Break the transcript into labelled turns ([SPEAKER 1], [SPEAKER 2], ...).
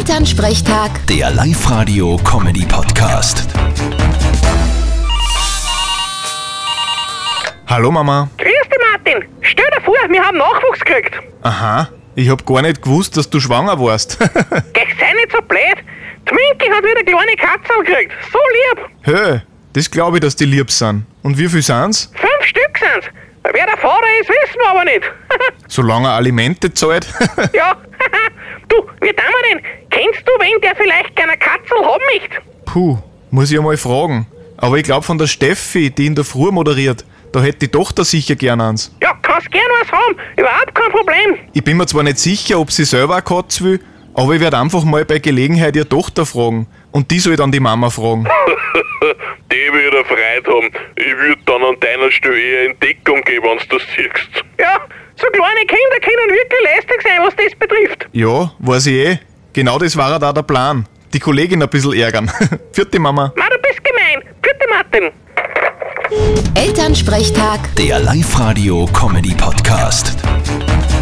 [SPEAKER 1] Elternsprechtag,
[SPEAKER 2] Der Live-Radio-Comedy-Podcast.
[SPEAKER 3] Hallo Mama.
[SPEAKER 4] Grüß dich, Martin. Stell dir vor, wir haben Nachwuchs gekriegt.
[SPEAKER 3] Aha, ich hab gar nicht gewusst, dass du schwanger warst.
[SPEAKER 4] Geh, sei nicht so blöd. Die Minki hat wieder kleine Katzen gekriegt. So lieb.
[SPEAKER 3] Hö, das glaube ich, dass die lieb sind. Und wie viel sind's?
[SPEAKER 4] Fünf Stück sind's. Wer der Fahrer ist, wissen wir aber nicht.
[SPEAKER 3] Solange er Alimente zahlt.
[SPEAKER 4] ja. du, wie tun wir denn? Kennst du wen, der vielleicht keine Katzel haben möchte?
[SPEAKER 3] Puh, muss ich einmal fragen. Aber ich glaube von der Steffi, die in der Früh moderiert, da hätte die Tochter sicher gern eins.
[SPEAKER 4] Ja, kannst gern was haben. Überhaupt kein Problem.
[SPEAKER 3] Ich bin mir zwar nicht sicher, ob sie selber eine Katze will, aber ich werde einfach mal bei Gelegenheit ihre Tochter fragen. Und die soll dann die Mama fragen.
[SPEAKER 5] Die würde Freude haben. Ich würde dann an deiner Stelle eher in Deckung gehen, wenn du das siehst.
[SPEAKER 4] Ja, so kleine Kinder können wirklich lästig sein, was das betrifft.
[SPEAKER 3] Ja, weiß ich eh. Genau das war ja da der Plan. Die Kollegin ein bisschen ärgern. Vierte Mama.
[SPEAKER 4] Ma, du bist gemein. Bitte, Martin.
[SPEAKER 1] Elternsprechtag.
[SPEAKER 2] Der Live-Radio-Comedy-Podcast.